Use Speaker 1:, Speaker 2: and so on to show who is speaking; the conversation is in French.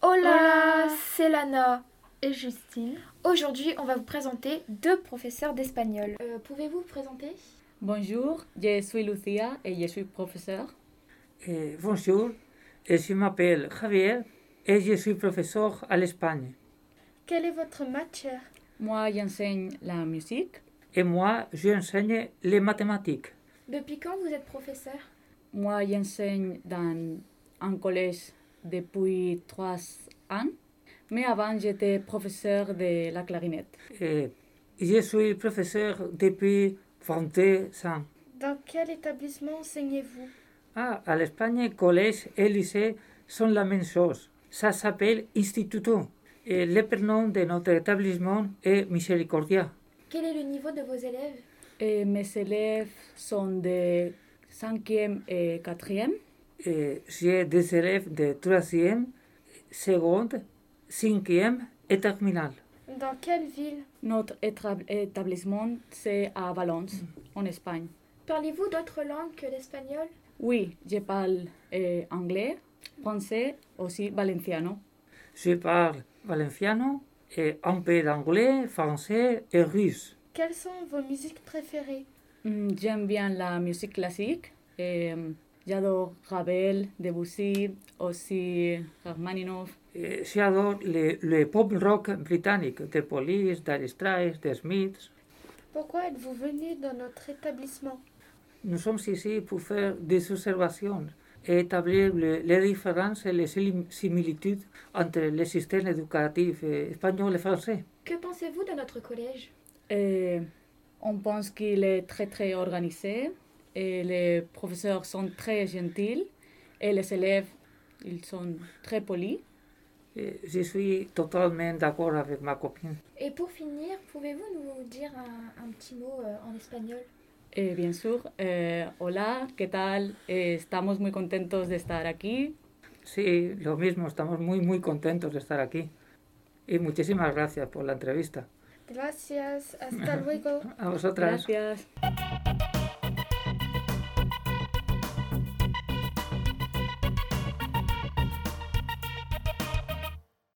Speaker 1: Hola, c'est Lana.
Speaker 2: et Justine.
Speaker 1: Aujourd'hui, on va vous présenter deux professeurs d'espagnol.
Speaker 2: Euh, Pouvez-vous vous présenter
Speaker 3: Bonjour, je suis Lucía et je suis professeur.
Speaker 4: Eh, bonjour, je m'appelle Javier et je suis professeur à l'Espagne.
Speaker 1: Quelle est votre matière
Speaker 3: Moi, j'enseigne la musique
Speaker 4: Et moi, j'enseigne les mathématiques.
Speaker 2: Depuis quand vous êtes professeur
Speaker 3: Moi, j'enseigne dans un collège depuis trois ans. Mais avant, j'étais professeur de la clarinette.
Speaker 4: Eh, je suis professeur depuis 22 ans.
Speaker 1: Dans quel établissement enseignez-vous
Speaker 4: Ah, à l'Espagne, collège et lycée sont la même chose. Ça s'appelle instituto. Et le prénom de notre établissement est Misericordia.
Speaker 2: Quel est le niveau de vos élèves
Speaker 3: Et mes élèves sont de 5e et 4e.
Speaker 4: Eh, J'ai des élèves de 3e, 2e, 5e et terminale.
Speaker 1: Dans quelle ville
Speaker 3: Notre étra- établissement, c'est à Valence, en Espagne.
Speaker 2: Parlez-vous d'autres langues que l'espagnol
Speaker 3: Oui, je parle eh, anglais, français, aussi valenciano.
Speaker 4: Je parle valenciano et un peu d'anglais, français et russe.
Speaker 1: Quelles sont vos musiques préférées
Speaker 3: Mm, J'aime bien la musique classique. et J'adore Ravel, Debussy, aussi Rachmaninoff.
Speaker 4: Et J'adore Eh, le, le pop rock britannique, de Police, Dire Straits, The Smiths.
Speaker 1: Pourquoi êtes-vous venu dans notre établissement
Speaker 4: Nous sommes ici pour faire des observations et établir le- les différences et les sim- similitudes entre les systèmes éducatifs eh, espagnols et français.
Speaker 2: Que pensez-vous de notre collège
Speaker 3: Et on pense qu'il est eh, très très organisé eh, et les professeurs sont très gentils et les élèves ils sont très polis.
Speaker 4: Et Eh, Je suis totalement d'accord avec ma copine.
Speaker 2: Et pour finir, pouvez-vous nous dire un, un petit mot euh, en espagnol
Speaker 3: Et bien sûr, eh, hola, ¿qué tal? Eh, estamos muy contentos de estar aquí.
Speaker 4: Sí, lo mismo, estamos muy, muy contentos de estar aquí. Y muchísimas gracias por la entrevista.
Speaker 1: Gracias, hasta luego.
Speaker 4: A vosotras.
Speaker 3: Gracias.